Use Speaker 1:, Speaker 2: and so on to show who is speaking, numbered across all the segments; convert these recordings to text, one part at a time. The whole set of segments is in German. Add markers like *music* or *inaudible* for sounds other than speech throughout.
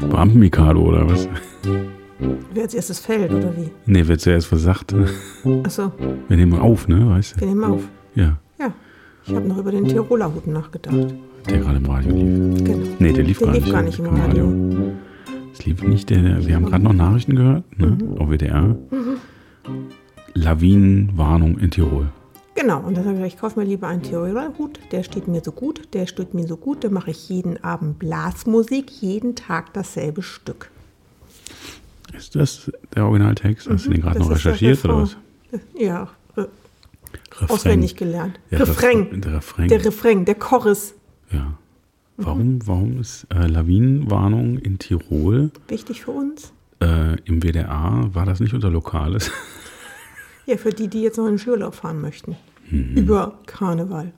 Speaker 1: Beamten-Mikado oder was?
Speaker 2: Wer als erstes fällt, oder wie?
Speaker 1: Nee, wird zuerst versagt.
Speaker 2: Achso,
Speaker 1: Wir nehmen auf, ne? Weißt
Speaker 2: wir
Speaker 1: du?
Speaker 2: nehmen auf.
Speaker 1: Ja,
Speaker 2: Ja, ich habe noch über den Tiroler Hut nachgedacht.
Speaker 1: der gerade im Radio lief.
Speaker 2: Genau.
Speaker 1: Nee, der lief
Speaker 2: Der
Speaker 1: gar
Speaker 2: lief
Speaker 1: nicht.
Speaker 2: gar nicht im
Speaker 1: Kam
Speaker 2: Radio.
Speaker 1: Es lief nicht der, der wir haben gerade noch Nachrichten gehört, ne?
Speaker 2: Mhm.
Speaker 1: Auf WDR. Lawinenwarnung in Tirol.
Speaker 2: Genau, und dann habe ich gesagt, ich kaufe mir lieber einen Tiroler Hut, der steht mir so gut, der steht mir so gut, dann mache ich jeden Abend Blasmusik, jeden Tag dasselbe Stück.
Speaker 1: Ist das der Originaltext? Hast du den gerade noch
Speaker 2: ist der
Speaker 1: recherchiert oder was?
Speaker 2: Refrain. Ja, äh,
Speaker 1: Refrain.
Speaker 2: auswendig gelernt.
Speaker 1: Der
Speaker 2: Refrain.
Speaker 1: Der Refrain.
Speaker 2: Der Mhm. Refrain, der Chorus.
Speaker 1: ja. Warum, warum ist äh, Lawinenwarnung in Tirol
Speaker 2: Wichtig für uns.
Speaker 1: äh, im WDR? War das nicht unser Lokales? *laughs*
Speaker 2: Ja, für die, die jetzt noch in den Skiurlaub fahren möchten.
Speaker 1: Hm.
Speaker 2: Über Karneval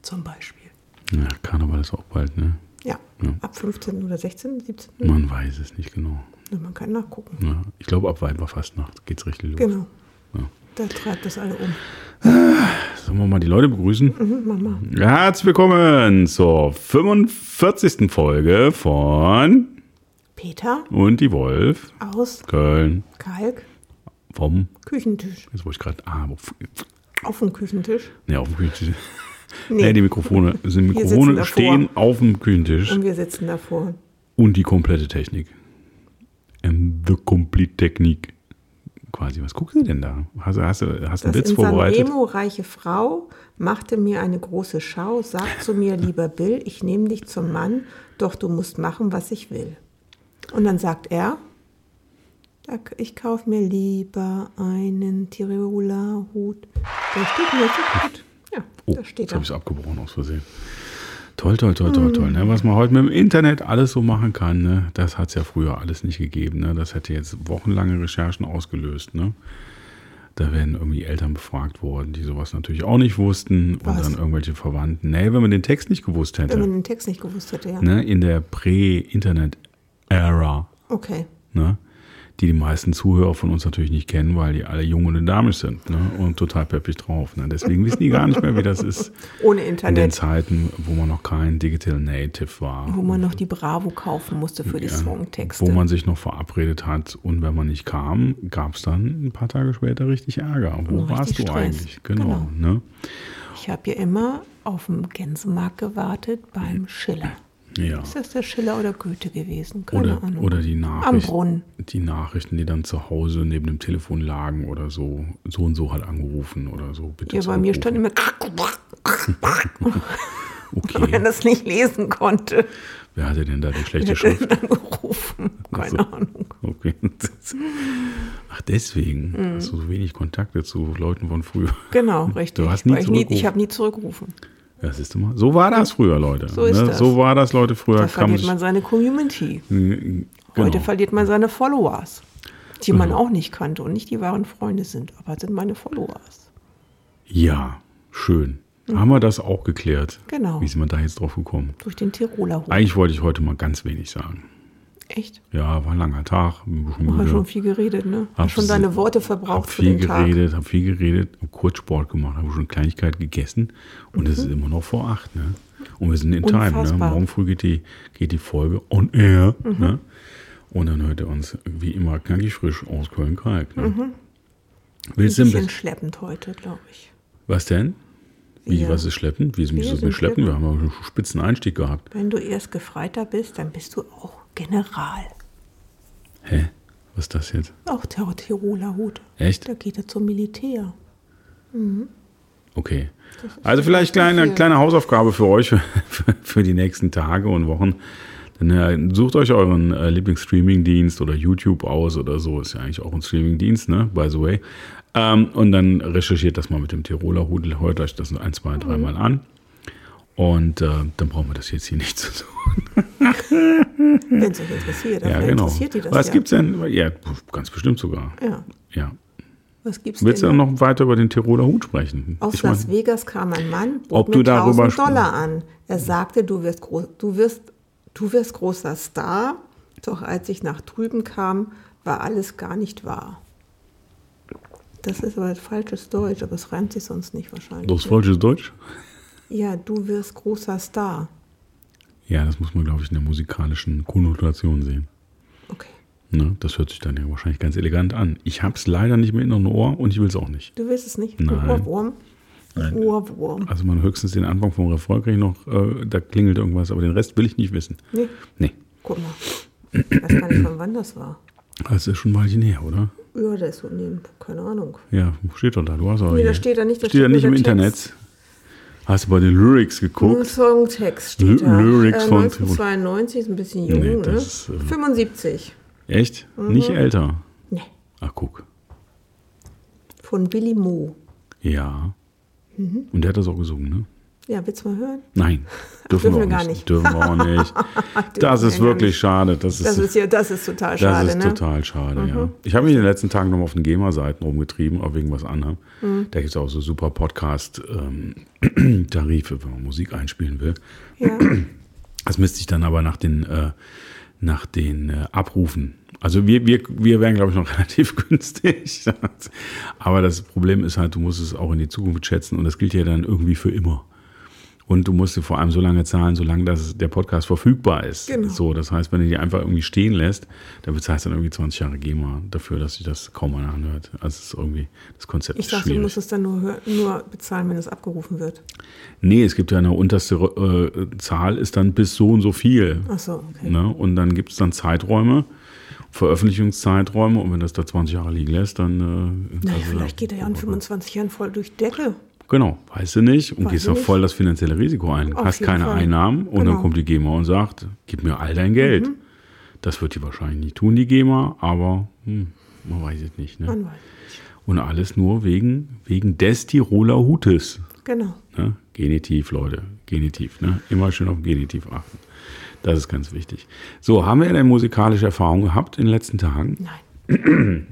Speaker 2: zum Beispiel.
Speaker 1: Ja, Karneval ist auch bald, ne?
Speaker 2: Ja, ab 15. oder 16., 17.
Speaker 1: Man weiß es nicht genau.
Speaker 2: Na, Man kann nachgucken.
Speaker 1: Ja, ich glaube, ab Weiberfastnacht geht's richtig los.
Speaker 2: Genau.
Speaker 1: Ja.
Speaker 2: Da treibt das alle um.
Speaker 1: Sollen wir mal die Leute begrüßen?
Speaker 2: Mhm, Mama.
Speaker 1: Herzlich willkommen zur 45. Folge von
Speaker 2: Peter
Speaker 1: Und die Wolf,
Speaker 2: aus
Speaker 1: Köln,
Speaker 2: Kalk,
Speaker 1: vom,
Speaker 2: Küchentisch.
Speaker 1: jetzt wollte ich gerade, ah, auf,
Speaker 2: Auf dem Küchentisch.
Speaker 1: nee, auf dem Küchentisch. Nee. die Mikrofone, sind
Speaker 2: Wir sitzen
Speaker 1: Mikrofone
Speaker 2: davor.
Speaker 1: stehen auf dem Küchentisch
Speaker 2: Und wir sitzen davor.
Speaker 1: und die komplette Technik. And the complete Technik. Quasi, was guckst du denn da? Hast, du- hast, du- hast du einen
Speaker 2: Das
Speaker 1: Witz
Speaker 2: in San
Speaker 1: vorbereitet?
Speaker 2: Remo reiche Frau machte mir eine große Schau, sagt zu mir, lieber Bill, ich nehme dich zum Mann, doch du musst machen, was ich will. Und dann sagt er, "Da- ich kaufe mir lieber einen Tiroler Hut. Der steht mir so gut. Ja,
Speaker 1: Oh,
Speaker 2: da steht
Speaker 1: jetzt
Speaker 2: er.
Speaker 1: habe ich es abgebrochen aus Versehen. Toll, toll, toll, toll, toll. Ne? Was man heute mit dem Internet alles so machen kann, ne? das hat es ja früher alles nicht gegeben. Ne? Das hätte jetzt wochenlange Recherchen ausgelöst. Ne? Da werden irgendwie Eltern befragt worden, die sowas natürlich auch nicht wussten. Und
Speaker 2: Was?
Speaker 1: dann irgendwelche Verwandten. Nee, wenn man den Text nicht gewusst hätte.
Speaker 2: Wenn man den Text nicht gewusst hätte, ja.
Speaker 1: Ne? In der Prä-Internet-Ära.
Speaker 2: Okay.
Speaker 1: Ne? Die die meisten Zuhörer von uns natürlich nicht kennen, weil die alle jung und dynamisch sind ne? und total peppig drauf. Ne? Deswegen wissen die gar nicht mehr, wie das ist.
Speaker 2: Ohne
Speaker 1: In den
Speaker 2: Internet,
Speaker 1: Zeiten, wo man noch kein Digital Native war.
Speaker 2: wo man noch die Bravo kaufen musste für die Songtexte.
Speaker 1: Wo man sich noch verabredet hat und wenn man nicht kam, gab es dann ein paar Tage später richtig Ärger. Wo
Speaker 2: Und
Speaker 1: warst du
Speaker 2: richtig Stress.
Speaker 1: eigentlich? Genau. Ne?
Speaker 2: ich habe ja immer auf dem Gänsemarkt gewartet beim Schiller.
Speaker 1: Ja.
Speaker 2: Ist das der Schiller oder Goethe gewesen? Keine
Speaker 1: Oder,
Speaker 2: Ahnung.
Speaker 1: oder die
Speaker 2: Am
Speaker 1: Nachricht,
Speaker 2: Brunnen.
Speaker 1: die Nachrichten, die dann zu Hause neben dem Telefon lagen oder so. So und so hat angerufen oder so. Bitte
Speaker 2: Ja, bei mir stand
Speaker 1: zurückrufen.
Speaker 2: immer,
Speaker 1: *laughs*
Speaker 2: wenn *laughs* man
Speaker 1: Okay.
Speaker 2: das nicht lesen konnte,
Speaker 1: Wer hatte denn da die schlechte
Speaker 2: hätte
Speaker 1: Schrift?
Speaker 2: *laughs* dann angerufen. Keine
Speaker 1: Ach so.
Speaker 2: Ahnung. *laughs*
Speaker 1: Okay. Ach, deswegen
Speaker 2: Mhm.
Speaker 1: hast du so wenig Kontakte zu Leuten von früher.
Speaker 2: Genau, richtig.
Speaker 1: hast nie
Speaker 2: Weil ich nie, ich
Speaker 1: zurückgerufen.
Speaker 2: habe nie zurückgerufen.
Speaker 1: Das ist immer. So war das früher, Leute. ne?
Speaker 2: So ist das.
Speaker 1: so war das, Leute. Früher
Speaker 2: Da
Speaker 1: kam
Speaker 2: verliert
Speaker 1: sich.
Speaker 2: man seine Community.
Speaker 1: Genau.
Speaker 2: Heute verliert man seine Followers, die man auch nicht kannte und nicht die wahren Freunde sind, aber sind meine Followers.
Speaker 1: ja, schön. Haben wir das auch geklärt?
Speaker 2: Mhm. Genau.
Speaker 1: Wie sind wir da jetzt drauf gekommen?
Speaker 2: Durch den Tiroler Hut.
Speaker 1: Eigentlich wollte ich heute mal ganz wenig sagen.
Speaker 2: Echt?
Speaker 1: Ja, war ein langer Tag. Bin ein bisschen
Speaker 2: Du hast
Speaker 1: müde.
Speaker 2: schon viel geredet, ne?
Speaker 1: Hab
Speaker 2: Hast schon
Speaker 1: se-
Speaker 2: deine Worte
Speaker 1: Hab
Speaker 2: verbraucht für
Speaker 1: viel
Speaker 2: den Tag.
Speaker 1: geredet, hab viel geredet, hab Kurzsport gemacht, habe schon eine Kleinigkeit gegessen und es ist immer noch vor acht. Ne? Und wir sind in Time. Ne?
Speaker 2: Mhm. Unfassbar. Mhm.
Speaker 1: Morgen früh geht die, geht die Folge on air. Ne? Und dann hört ihr uns wie immer knackig frisch aus Köln-Kalk. Ne? Willst du
Speaker 2: Mhm. Ein
Speaker 1: ein
Speaker 2: bisschen
Speaker 1: bisschen-
Speaker 2: schleppend heute, glaube ich.
Speaker 1: Was denn? Wie,
Speaker 2: Wir-
Speaker 1: was ist schleppend? Wie ist
Speaker 2: wir
Speaker 1: wieso
Speaker 2: sind
Speaker 1: sind schleppend? Wir haben ja einen spitzen Einstieg gehabt.
Speaker 2: Wenn du erst Gefreiter bist, dann bist du auch General.
Speaker 1: Hä? Was ist das jetzt?
Speaker 2: Auch der Tiroler Hut.
Speaker 1: Echt?
Speaker 2: Da geht er zum Militär.
Speaker 1: Okay. Also vielleicht kleine, kleine Hausaufgabe für euch *laughs* für, für die nächsten Tage und Wochen. Dann äh, sucht euch euren äh, Lieblingsstreaming-Dienst oder YouTube aus oder so. Ist ja eigentlich auch ein Streaming-Dienst, ne? By the way. Ähm, und dann recherchiert das mal mit dem Tiroler Hut. Hört euch das ein,
Speaker 2: Mhm.
Speaker 1: zwei, dreimal an. Und äh, dann brauchen wir das jetzt hier nicht zu suchen.
Speaker 2: Wenn es euch interessiert. aber
Speaker 1: Ja,
Speaker 2: vielleicht
Speaker 1: genau.
Speaker 2: interessiert die das
Speaker 1: Was
Speaker 2: ja.
Speaker 1: gibt's denn? Ja, ganz bestimmt sogar.
Speaker 2: Ja.
Speaker 1: Ja.
Speaker 2: Was gibt's
Speaker 1: Willst du
Speaker 2: denn?
Speaker 1: dann noch weiter über den Tiroler Hut sprechen?
Speaker 2: Aus
Speaker 1: Ich mein,
Speaker 2: Las Vegas kam ein Mann, bot
Speaker 1: Ob
Speaker 2: mir
Speaker 1: du darüber
Speaker 2: 1000 Dollar an. Er sagte, du wirst, groß, du, wirst, du wirst großer Star. Doch als ich nach drüben kam, war alles gar nicht wahr. Das ist aber falsches Deutsch, aber es reimt sich sonst nicht
Speaker 1: das
Speaker 2: wahrscheinlich.
Speaker 1: ist falsches Deutsch?
Speaker 2: Ja, du wirst großer Star.
Speaker 1: Ja, das muss man, glaube ich, in der musikalischen Konnotation sehen.
Speaker 2: Okay.
Speaker 1: Ne? Das hört sich dann ja wahrscheinlich ganz elegant an. Ich habe es leider nicht mehr in den Ohr und ich will es auch nicht.
Speaker 2: Du willst es nicht? Ein
Speaker 1: Nein.
Speaker 2: Ohrwurm? Ein
Speaker 1: Nein.
Speaker 2: Ohrwurm.
Speaker 1: Also man höchstens den Anfang vom Refrain kriege ich noch, äh, da klingelt irgendwas, aber den Rest will ich nicht wissen.
Speaker 2: Nee,
Speaker 1: Nee,
Speaker 2: guck mal. Ich weiß gar nicht, von wann das war.
Speaker 1: das Also ist schon ein Weilchen her, oder?
Speaker 2: Ja, der ist so neben, keine Ahnung.
Speaker 1: Ja, steht doch da, du hast aber
Speaker 2: Nee, da
Speaker 1: hier-
Speaker 2: steht da nicht, da
Speaker 1: steht da
Speaker 2: steht
Speaker 1: nicht
Speaker 2: nur
Speaker 1: im
Speaker 2: der
Speaker 1: Internet. Hast du bei den Lyrics
Speaker 2: Nur
Speaker 1: geguckt?
Speaker 2: Songtext
Speaker 1: Ly-
Speaker 2: steht da.
Speaker 1: Lyrics
Speaker 2: äh,
Speaker 1: von-
Speaker 2: 1992 ist ein bisschen jung,
Speaker 1: Nee, das
Speaker 2: ne?
Speaker 1: ist, äh,
Speaker 2: 75.
Speaker 1: Echt? Nicht älter?
Speaker 2: Ne,
Speaker 1: Ach, guck.
Speaker 2: von Billy Moe.
Speaker 1: Ja.
Speaker 2: Mhm.
Speaker 1: Und der hat das auch gesungen, ne?
Speaker 2: Ja, willst du mal hören? *laughs*
Speaker 1: Nein, dürfen, wir, auch
Speaker 2: wir gar
Speaker 1: nicht.
Speaker 2: nicht.
Speaker 1: Dürfen
Speaker 2: *laughs*
Speaker 1: wir auch nicht. das
Speaker 2: wir
Speaker 1: ist
Speaker 2: gar
Speaker 1: wirklich
Speaker 2: nicht.
Speaker 1: schade. Das ist,
Speaker 2: Das ist ja, das ist total schade,
Speaker 1: das ist
Speaker 2: ne? Mhm.
Speaker 1: total schade, ja. Ich habe mich in den letzten Tagen nochmal auf den GEMA-Seiten rumgetrieben, ob wegen was anderem.
Speaker 2: Mhm.
Speaker 1: Da gibt es auch so super *clears throat* Podcast-Tarife, wenn man Musik einspielen will.
Speaker 2: Ja.
Speaker 1: *clears throat* Das müsste ich dann aber nach den, äh, nach den äh, Abrufen. Also wir, wir, wir wären, glaube ich, noch *laughs* relativ günstig. *laughs* aber das Problem ist halt, du musst es auch in die Zukunft schätzen und das gilt ja dann irgendwie für immer. Und du musst dir vor allem so lange zahlen, solange das, der Podcast verfügbar ist.
Speaker 2: Genau.
Speaker 1: So, das heißt, wenn du die einfach irgendwie stehen lässt, dann bezahlst du dann irgendwie 20 Jahre GEMA dafür, dass sich das kaum einer anhört. Also es ist irgendwie, das Konzept
Speaker 2: Ich
Speaker 1: ist
Speaker 2: dachte, du
Speaker 1: schwierig.
Speaker 2: musst es dann nur, hör- nur bezahlen, wenn es abgerufen wird.
Speaker 1: Nee, es gibt ja eine unterste äh, Zahl, ist dann bis so und so viel.
Speaker 2: Ach so, okay.
Speaker 1: Ne? Und dann gibt es dann Zeiträume, Veröffentlichungszeiträume. Und wenn das da 20 Jahre liegen lässt, dann. Äh,
Speaker 2: Naja,
Speaker 1: also-
Speaker 2: vielleicht geht er ja in 25 Jahren voll durch die Decke.
Speaker 1: Genau, weißt du nicht. Und
Speaker 2: Weiß
Speaker 1: gehst
Speaker 2: ich
Speaker 1: auch
Speaker 2: nicht.
Speaker 1: voll das finanzielle Risiko ein.
Speaker 2: Auf
Speaker 1: Hast
Speaker 2: jeden
Speaker 1: keine
Speaker 2: Fall.
Speaker 1: Einnahmen. Und dann
Speaker 2: Genau. Mhm.
Speaker 1: kommt die GEMA und sagt: Gib mir all dein Geld. Das wird die wahrscheinlich nicht tun, die GEMA. Aber hm, man weiß es nicht. Ne?
Speaker 2: Man weiß.
Speaker 1: Und alles nur wegen, wegen des Tiroler Hutes.
Speaker 2: Genau.
Speaker 1: Ne? Genitiv, Leute. Genitiv. Ne? Immer schön auf den Genitiv achten. Das ist ganz wichtig. So, haben wir denn musikalische Erfahrungen gehabt in den letzten Tagen?
Speaker 2: Nein.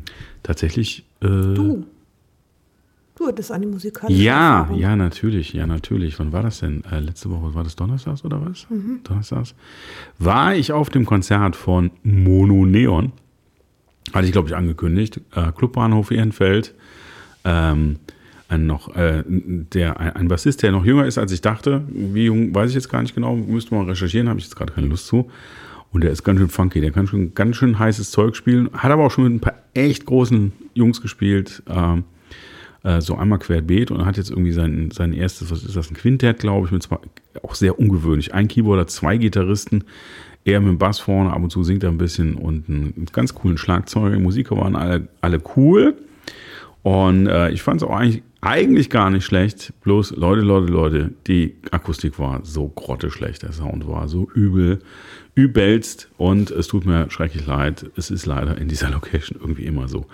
Speaker 1: Tatsächlich. Äh,
Speaker 2: Du. Hm. Du hattest eine musikalische
Speaker 1: ja,
Speaker 2: Erfahrung.
Speaker 1: ja, natürlich, ja, natürlich. Wann war das denn? Äh, letzte Woche, war das Donnerstags oder was? Donnerstags. War ich auf dem Konzert von Mono Neon. Hatte ich, glaube ich, angekündigt. Äh, Clubbahnhof Ehrenfeld. Ähm, ein noch, äh, der, ein, ein Bassist, der noch jünger ist, als ich dachte. Wie jung, weiß ich jetzt gar nicht genau. Müsste man recherchieren, habe ich jetzt gerade keine Lust zu. Und der ist ganz schön funky. Der kann schon ganz schön heißes Zeug spielen. Hat aber auch schon mit ein paar echt großen Jungs gespielt. Ähm, äh, so einmal querbeet und hat jetzt irgendwie sein, sein erstes, was ist das, ein Quintett, glaube ich, mit zwei, auch sehr ungewöhnlich. Ein Keyboarder, zwei Gitarristen, er mit dem Bass vorne, ab und zu singt er ein bisschen und einen ganz coolen Schlagzeuger. Die Musiker waren alle, alle cool. Und äh, ich fand es auch eigentlich, eigentlich gar nicht schlecht. Bloß, Leute, Leute, Leute, die Akustik war so grotteschlecht. Der Sound war so übel, übelst. Und es tut mir schrecklich leid. Es ist leider in dieser *laughs* Location irgendwie immer so.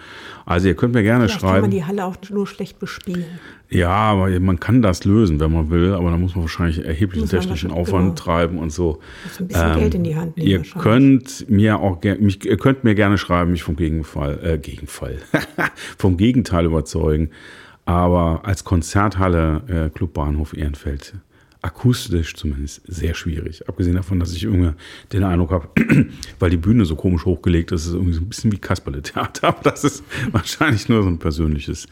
Speaker 1: Also, ihr könnt mir gerne
Speaker 2: Vielleicht kann
Speaker 1: schreiben.
Speaker 2: man die Halle auch nur schlecht bespielen.
Speaker 1: Ja, aber man kann das lösen, wenn man will, aber da muss man wahrscheinlich erheblichen
Speaker 2: Muss man
Speaker 1: technischen
Speaker 2: wahrscheinlich-
Speaker 1: Aufwand
Speaker 2: genau.
Speaker 1: treiben und so.
Speaker 2: Muss ein bisschen Geld in die Hand nehmen
Speaker 1: Ähm, Ihr
Speaker 2: wahrscheinlich.
Speaker 1: könnt mir auch ger- mich, ihr könnt mir gerne schreiben, mich vom Gegenfall, äh, Gegenfall, *laughs* vom Gegenteil überzeugen. Aber als Konzerthalle äh, Club Bahnhof Ehrenfeld akustisch zumindest sehr schwierig. Abgesehen davon, dass ich irgendwie den Eindruck habe, *clears throat* weil die Bühne so komisch hochgelegt ist, ist es irgendwie so ein bisschen wie Kasperle-Theater. *laughs* Aber das ist wahrscheinlich nur so ein persönliches,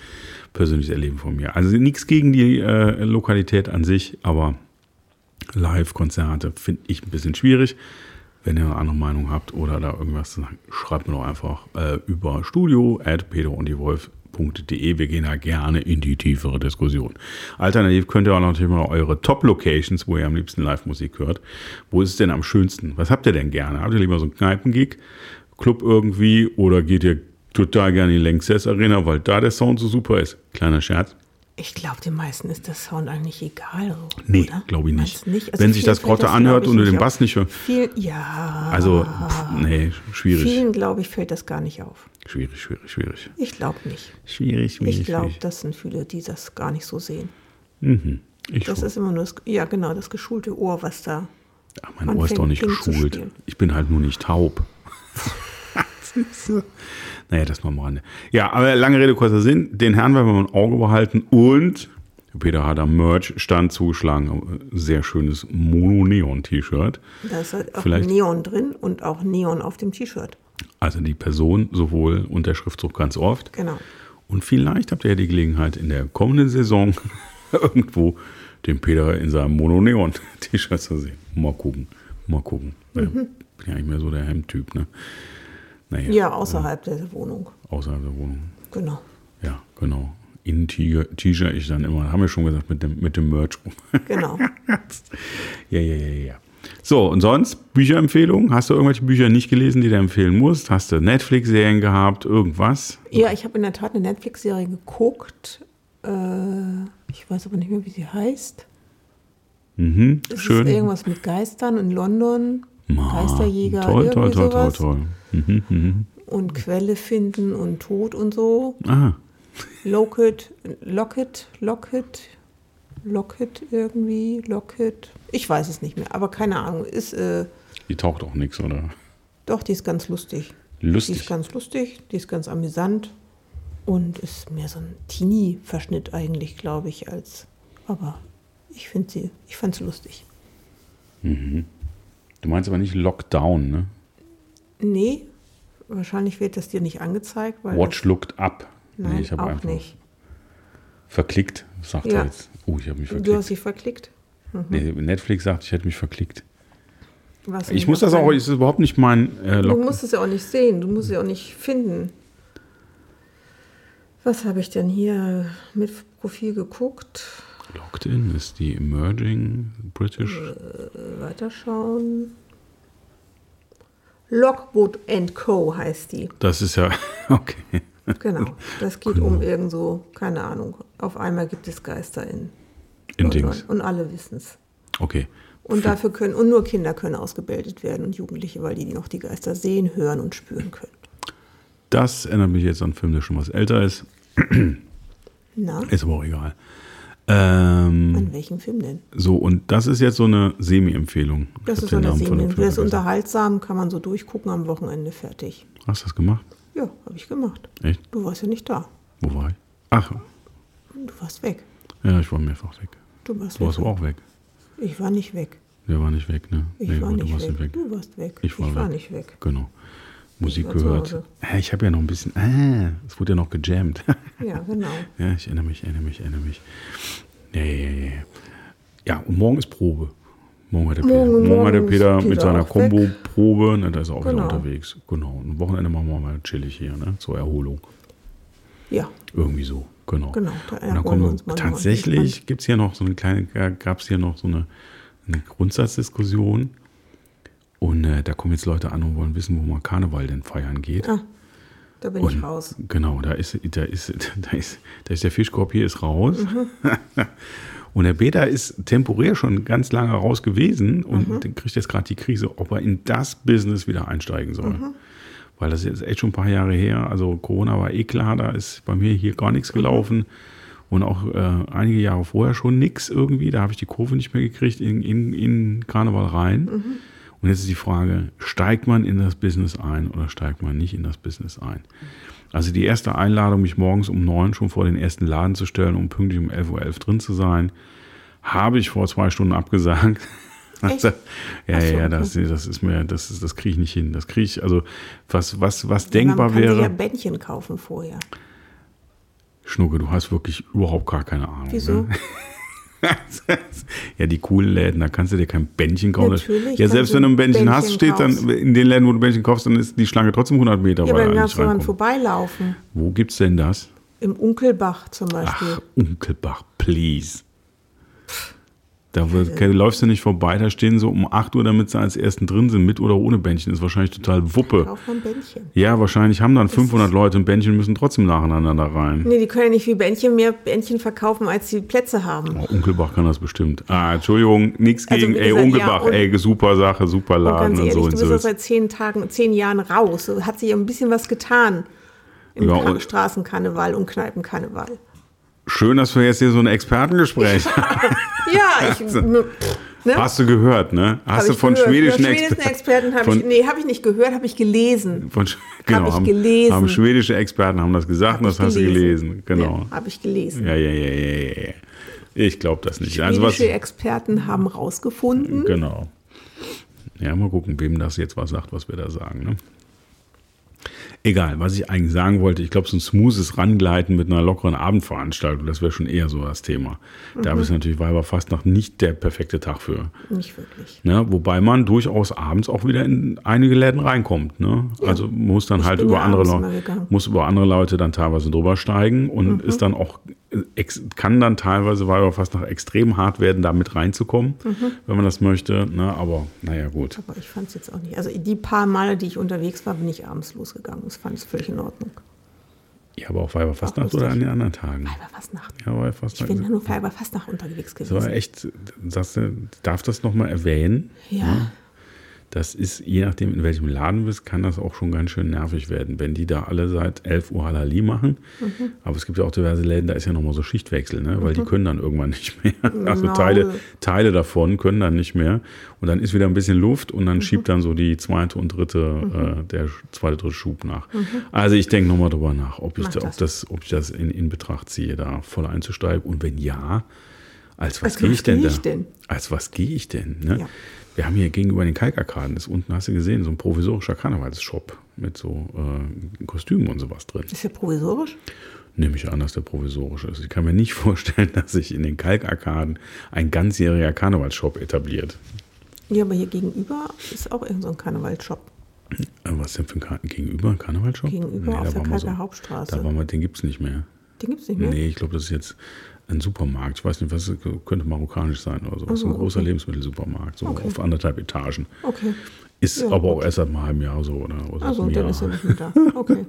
Speaker 1: persönliches Erleben von mir. Also nichts gegen die äh, Lokalität an sich, aber Live-Konzerte finde ich ein bisschen schwierig. Wenn ihr eine andere Meinung habt oder da irgendwas zu sagen, schreibt mir doch einfach äh, über studio at Wir gehen da gerne in die tiefere Diskussion. Alternativ könnt ihr auch natürlich mal eure Top-Locations, wo ihr am liebsten Live-Musik hört. Wo ist es denn am schönsten? Was habt ihr denn gerne? Habt ihr lieber so einen Kneipengig, Club irgendwie oder geht ihr total gerne in die Lanxess Arena, weil da der Sound so super ist? Kleiner Scherz.
Speaker 2: Ich glaube, den meisten ist der Sound eigentlich egal.
Speaker 1: Nee,
Speaker 2: oder?
Speaker 1: glaube ich
Speaker 2: Meinst
Speaker 1: nicht.
Speaker 2: du
Speaker 1: Wenn
Speaker 2: vielen
Speaker 1: sich das
Speaker 2: fällt
Speaker 1: Grotte anhört
Speaker 2: glaub ich,
Speaker 1: und du den
Speaker 2: nicht
Speaker 1: Bass
Speaker 2: auf.
Speaker 1: nicht hörst.
Speaker 2: Viel, ja.
Speaker 1: Also,
Speaker 2: Ah.
Speaker 1: pff, nee, schwierig.
Speaker 2: vielen, glaube ich, fällt das gar nicht auf.
Speaker 1: Schwierig, schwierig, schwierig.
Speaker 2: Ich glaube nicht.
Speaker 1: Schwierig, schwierig.
Speaker 2: Ich glaube, das sind viele, die das gar nicht so sehen.
Speaker 1: Mhm. Ich
Speaker 2: Das
Speaker 1: schon.
Speaker 2: ist immer nur das, ja genau, das geschulte Ohr, was da.
Speaker 1: Ach, mein
Speaker 2: man
Speaker 1: Ohr ist doch
Speaker 2: fängt
Speaker 1: halt nicht
Speaker 2: Ding zu *laughs*
Speaker 1: geschult.
Speaker 2: spielen.
Speaker 1: Ich bin halt nur nicht taub. Naja, das nur am Rande. Ja, aber lange Rede, kurzer Sinn. Den Herrn werden wir im Auge behalten und Peter hat am Merch-Stand zugeschlagen. Sehr schönes Mono-Neon-T-Shirt.
Speaker 2: Da ist halt auch
Speaker 1: Vielleicht-
Speaker 2: Neon drin und auch Neon auf dem T-Shirt.
Speaker 1: Also die Person sowohl und der Schriftzug ganz oft.
Speaker 2: Genau.
Speaker 1: Und vielleicht habt ihr ja die Gelegenheit, in der kommenden Saison *laughs* irgendwo den Peter in seinem Mono-Neon-T-Shirt zu sehen. Mal gucken. Mal gucken. Äh,
Speaker 2: Mhm.
Speaker 1: Bin ja nicht mehr so der Hemdtyp, ne? Naja,
Speaker 2: Ja, außerhalb der Wohnung.
Speaker 1: außerhalb der Wohnung.
Speaker 2: Genau.
Speaker 1: Ja, genau. In T-Shirt ich dann immer, haben wir schon gesagt, mit dem, mit dem Merch.
Speaker 2: Genau.
Speaker 1: *laughs* ja, ja, ja, ja. So, und sonst Bücherempfehlungen? Hast du irgendwelche Bücher nicht gelesen, die du empfehlen musst? Hast du Netflix-Serien gehabt? Irgendwas?
Speaker 2: Ja, ich habe in der Tat eine Netflix-Serie geguckt. Äh, ich weiß aber nicht mehr, wie sie heißt.
Speaker 1: Mhm,
Speaker 2: Es
Speaker 1: schön.
Speaker 2: ist irgendwas mit Geistern in London.
Speaker 1: Ma,
Speaker 2: Geisterjäger,
Speaker 1: Toll, toll,
Speaker 2: irgendwie
Speaker 1: toll, toll,
Speaker 2: sowas.
Speaker 1: toll. Mhm, mhm.
Speaker 2: Und Quelle finden und Tod und so.
Speaker 1: Ah,
Speaker 2: Locket, Locket, Locket, Locket irgendwie, Locket. Ich weiß es nicht mehr, aber keine Ahnung. Ist, äh,
Speaker 1: die taucht auch nichts, oder?
Speaker 2: doch, die ist ganz lustig. Die
Speaker 1: Lustig.
Speaker 2: ist ganz lustig, die ist ganz amüsant und ist mehr so ein Teenie-Verschnitt eigentlich, glaube ich, als. Aber ich finde sie, ich fand sie lustig.
Speaker 1: Mhm. Du meinst aber nicht Lockdown, ne?
Speaker 2: Nee, wahrscheinlich wird das dir nicht angeigt, weil.
Speaker 1: Watch Looked Up.
Speaker 2: Nein,
Speaker 1: ich habe
Speaker 2: auch
Speaker 1: einfach
Speaker 2: nicht.
Speaker 1: verklickt, sagt
Speaker 2: Ja.
Speaker 1: er jetzt. Oh, ich habe mich
Speaker 2: Du hast
Speaker 1: verklickt.
Speaker 2: sie verklickt.
Speaker 1: Nee, Netflix sagt, ich hätte mich verklickt.
Speaker 2: Was
Speaker 1: Ich muss das auch, es ist überhaupt nicht mein äh,
Speaker 2: Du
Speaker 1: Lock.
Speaker 2: musst es ja auch nicht sehen, du musst es ja auch nicht finden. Was habe ich denn hier mit Profil geguckt?
Speaker 1: Locked In ist die Emerging British.
Speaker 2: Äh. Weiterschauen. Lockwood and Co. heißt die.
Speaker 1: Das ist ja, *laughs* okay.
Speaker 2: Genau. Das geht um irgend so, keine Ahnung. Auf einmal gibt es Geister in,
Speaker 1: In
Speaker 2: London
Speaker 1: Dings.
Speaker 2: Und alle wissen es.
Speaker 1: Okay.
Speaker 2: Und dafür können, und nur Kinder können ausgebildet werden und Jugendliche, weil die noch die Geister sehen, hören und spüren können.
Speaker 1: Das erinnert mich jetzt an einen Film, der schon was älter ist.
Speaker 2: Na,
Speaker 1: Ist aber auch egal. Ähm,
Speaker 2: an welchem Film denn?
Speaker 1: So, und das ist jetzt so eine Semi-Empfehlung. Ich
Speaker 2: Das
Speaker 1: hab
Speaker 2: ist so eine Serie. Der ist
Speaker 1: vergessen.
Speaker 2: unterhaltsam, kann man so durchgucken am Wochenende fertig.
Speaker 1: Hast du das gemacht?
Speaker 2: Ja, habe ich gemacht.
Speaker 1: Echt?
Speaker 2: Du warst ja nicht da.
Speaker 1: Wo war ich? Ach,
Speaker 2: Du warst weg.
Speaker 1: ja, ich war mehrfach weg.
Speaker 2: Du warst
Speaker 1: Du warst
Speaker 2: weg.
Speaker 1: aber auch weg.
Speaker 2: Ich war nicht weg.
Speaker 1: Der war nicht weg, ne?
Speaker 2: Ich
Speaker 1: Nee,
Speaker 2: war
Speaker 1: gut,
Speaker 2: nicht
Speaker 1: du warst
Speaker 2: weg.
Speaker 1: nicht weg.
Speaker 2: Du warst weg.
Speaker 1: Ich war weg.
Speaker 2: nicht weg.
Speaker 1: Genau. Musik
Speaker 2: war zu
Speaker 1: gehört.
Speaker 2: Hause.
Speaker 1: Hä, ich habe ja noch ein bisschen. Ah, es wurde ja noch gejammt. *laughs*
Speaker 2: Ja, genau.
Speaker 1: ja, ich erinnere mich, erinnere mich, erinnere mich. Ja, ja, ja, ja. Ja, und morgen ist Probe. Morgen hat der Peter,
Speaker 2: Morgen-
Speaker 1: morgen, hat der
Speaker 2: morgen ist
Speaker 1: Peter, mit
Speaker 2: Peter
Speaker 1: seiner
Speaker 2: auch weg.
Speaker 1: Kombo-Probe. Ne, da ist er auch
Speaker 2: Genau.
Speaker 1: wieder unterwegs. Genau. Und am Wochenende machen wir mal chillig hier, ne? Zur Erholung.
Speaker 2: Ja,
Speaker 1: Irgendwie so, genau.
Speaker 2: Genau, da
Speaker 1: und dann
Speaker 2: erholen
Speaker 1: kommen
Speaker 2: wir
Speaker 1: wir
Speaker 2: uns mal nochmal.
Speaker 1: tatsächlich gibt es hier noch so eine kleine, gab es hier noch so eine, eine Grundsatzdiskussion. Und äh, da kommen jetzt Leute an und wollen wissen, wo man Karneval denn feiern geht.
Speaker 2: Ah, da bin
Speaker 1: und
Speaker 2: ich raus.
Speaker 1: Genau, da ist, da ist, da ist, da ist der Fischkorb hier ist raus.
Speaker 2: Mhm.
Speaker 1: *laughs* und der Peter ist temporär schon ganz lange raus gewesen und
Speaker 2: Mhm.
Speaker 1: kriegt jetzt gerade die Krise, ob er in das Business wieder einsteigen soll.
Speaker 2: Mhm.
Speaker 1: Weil das ist jetzt echt schon ein paar Jahre her. Also Corona war eh klar, da ist bei mir hier gar
Speaker 2: Mhm.
Speaker 1: nichts gelaufen. Und auch äh, einige Jahre vorher schon nichts irgendwie. Da habe ich die Kurve nicht mehr gekriegt in, in, in Karneval rein.
Speaker 2: Mhm.
Speaker 1: Und jetzt ist die Frage, steigt man in das Business ein oder steigt man nicht in das Business ein? Also die erste Einladung, mich morgens um neun schon vor den ersten Laden zu stellen, um pünktlich um 11.11 Uhr drin zu sein, habe ich vor zwei Stunden abgesagt. *laughs*
Speaker 2: Echt?
Speaker 1: Also, ja,
Speaker 2: Ach so,
Speaker 1: ja, ja,
Speaker 2: okay.
Speaker 1: das, das ist mir, das ist, das kriege ich nicht hin. Das kriege ich, also was, was, was
Speaker 2: Man
Speaker 1: denkbar
Speaker 2: kann sich
Speaker 1: wäre.
Speaker 2: ja Bändchen kaufen vorher.
Speaker 1: Schnucke, du hast wirklich überhaupt gar keine Ahnung.
Speaker 2: Wieso?
Speaker 1: Ne? ja, die coolen Läden, da kannst du dir kein Bändchen kaufen.
Speaker 2: Natürlich
Speaker 1: ja,
Speaker 2: kannst
Speaker 1: selbst
Speaker 2: du
Speaker 1: wenn du ein
Speaker 2: ein
Speaker 1: Bändchen, hast,
Speaker 2: Bändchen
Speaker 1: steht dann
Speaker 2: kaufst.
Speaker 1: in den Läden, wo du Bändchen kaufst, dann ist die Schlange trotzdem 100 Meter
Speaker 2: Ja, aber
Speaker 1: weil
Speaker 2: dann
Speaker 1: da
Speaker 2: darfst
Speaker 1: nicht
Speaker 2: du dran
Speaker 1: reinkommt.
Speaker 2: vorbeilaufen.
Speaker 1: Wo gibt's denn das?
Speaker 2: Im Unkelbach zum Beispiel.
Speaker 1: Ach, Unkelbach, please. Da wird, läufst du nicht vorbei, da stehen so um 8 Uhr, damit sie als Ersten drin sind, mit oder ohne Bändchen. Ist wahrscheinlich total Wuppe.
Speaker 2: Kauf mal ein Bändchen.
Speaker 1: Ja, wahrscheinlich haben dann 500 Leute ein Bändchen, müssen trotzdem nacheinander da rein.
Speaker 2: Nee, die können ja nicht wie Bändchen mehr Bändchen verkaufen, als sie Plätze haben.
Speaker 1: Oh, Unkelbach kann das bestimmt. Ah, Entschuldigung, nichts
Speaker 2: Also,
Speaker 1: gegen,
Speaker 2: wie
Speaker 1: ey,
Speaker 2: gesagt,
Speaker 1: Unkelbach,
Speaker 2: ja, und-
Speaker 1: ey, super Sache, super
Speaker 2: Und
Speaker 1: Laden und,
Speaker 2: ganz ehrlich,
Speaker 1: so.
Speaker 2: du
Speaker 1: Und
Speaker 2: bist
Speaker 1: so.
Speaker 2: doch seit zehn Tagen, zehn Jahren raus. So Hat sich ja ein bisschen was getan. Im
Speaker 1: Ja, und-
Speaker 2: Straßenkarneval und Kneipenkarneval.
Speaker 1: Schön, dass wir jetzt hier *laughs* so ein Expertengespräch
Speaker 2: Ja, ich, pff, Ne?
Speaker 1: *laughs* Hast du gehört, ne? Hast du
Speaker 2: ich
Speaker 1: von
Speaker 2: gehört.
Speaker 1: schwedischen,
Speaker 2: Von schwedischen Experten habe ich,
Speaker 1: von-
Speaker 2: nee, habe ich nicht gehört, habe ich gelesen.
Speaker 1: Von, Sch- genau,
Speaker 2: ich
Speaker 1: haben,
Speaker 2: gelesen.
Speaker 1: haben schwedische Experten haben das gesagt und
Speaker 2: Hab
Speaker 1: das
Speaker 2: ich
Speaker 1: hast du gelesen. Genau.
Speaker 2: Ja, habe ich gelesen.
Speaker 1: Ja, ja, ja, ja, ja. ja. Ich glaube das nicht. Also was,
Speaker 2: Schwedische Experten haben rausgefunden.
Speaker 1: Genau. Ja, mal gucken, wem das jetzt was sagt, was wir da sagen. Ne? Egal, was ich eigentlich sagen wollte, ich glaube, so ein smoothes Rangleiten mit einer lockeren Abendveranstaltung, das wäre schon eher so das Thema. Da
Speaker 2: Mhm.
Speaker 1: ist natürlich Weiberfastnacht nicht der perfekte Tag für.
Speaker 2: Nicht wirklich.
Speaker 1: Ne? Wobei man durchaus abends auch wieder in einige Läden reinkommt. Ne? Also muss dann halt
Speaker 2: bin
Speaker 1: über
Speaker 2: ja
Speaker 1: andere,
Speaker 2: abends
Speaker 1: Leu-
Speaker 2: mal gegangen. Mhm.
Speaker 1: muss über andere Leute dann teilweise drüber steigen und ist dann auch, ex, kann dann teilweise, weil wir fast noch extrem hart werden, da mit reinzukommen,
Speaker 2: Mhm.
Speaker 1: wenn man das möchte. Ne? Aber naja, gut.
Speaker 2: Aber ich fand es jetzt auch nicht. Also die paar Male, die ich unterwegs war, bin ich abends losgegangen. Das fand ich völlig in Ordnung.
Speaker 1: Ja, aber auch Weiberfastnacht
Speaker 2: Auch
Speaker 1: oder an
Speaker 2: lustig.
Speaker 1: den anderen Tagen.
Speaker 2: Weiberfastnacht.
Speaker 1: Ja,
Speaker 2: Ich bin ja
Speaker 1: Weiberfastnacht.
Speaker 2: nur für Weiberfastnacht unterwegs
Speaker 1: Das war
Speaker 2: gewesen.
Speaker 1: echt, das, darf das nochmal erwähnen?
Speaker 2: Ja.
Speaker 1: ne? Das ist, je nachdem, in welchem Laden du bist, kann das auch schon ganz schön nervig werden, wenn die da alle seit 11 Uhr Halali machen.
Speaker 2: Mhm.
Speaker 1: Aber es gibt ja auch diverse Läden, da ist ja nochmal so Schichtwechsel, ne? weil die können dann irgendwann nicht mehr. Also
Speaker 2: Genau.
Speaker 1: Teile, Teile davon können dann nicht mehr. Und dann ist wieder ein bisschen Luft und dann
Speaker 2: Mhm.
Speaker 1: schiebt dann so die zweite und dritte, äh, der sch- zweite, dritte Schub nach. Also ich denke nochmal drüber nach, ob ich,
Speaker 2: Mhm. Mach
Speaker 1: da, ob
Speaker 2: das.
Speaker 1: das, ob ich das in, in Betracht ziehe, da voll einzusteigen. Und wenn ja, als was
Speaker 2: Als
Speaker 1: gehe
Speaker 2: was
Speaker 1: ich denn
Speaker 2: gehe
Speaker 1: da?
Speaker 2: ich denn?
Speaker 1: Als was gehe ich denn? Ne?
Speaker 2: Ja.
Speaker 1: Wir haben hier gegenüber den Kalkarkaden, ist unten, hast du gesehen, so ein provisorischer Karnevalsshop mit so äh, Kostümen und sowas drin.
Speaker 2: Ist ja provisorisch.
Speaker 1: Nehme ich an, dass der provisorisch ist. Ich kann mir nicht *laughs* vorstellen, dass sich in den Kalkarkaden ein ganzjähriger Karnevalsshop etabliert.
Speaker 2: Ja, aber hier gegenüber ist auch irgend so ein Karnevalshop.
Speaker 1: Äh, was denn für ein Kar gegenüber? Karnevalsshop?
Speaker 2: Gegenüber
Speaker 1: da
Speaker 2: auf der
Speaker 1: waren wir so-
Speaker 2: Kalter Hauptstraße.
Speaker 1: Da waren wir, den gibt es nicht mehr.
Speaker 2: Den gibt es nicht mehr.
Speaker 1: Nee, ich glaube, das ist jetzt ein Supermarkt. Ich weiß nicht, was könnte marokkanisch sein oder sowas.
Speaker 2: so,
Speaker 1: ein großer
Speaker 2: okay.
Speaker 1: Lebensmittelsupermarkt, so
Speaker 2: Okay. Oh,
Speaker 1: auf anderthalb Etagen.
Speaker 2: Okay.
Speaker 1: Ist
Speaker 2: Ja,
Speaker 1: aber auch
Speaker 2: gut.
Speaker 1: erst seit einem halben Jahr so, ne? oder? oder seit
Speaker 2: Also,
Speaker 1: einem
Speaker 2: dann
Speaker 1: Jahr.
Speaker 2: ist er nicht mehr da.
Speaker 1: *laughs*
Speaker 2: Okay.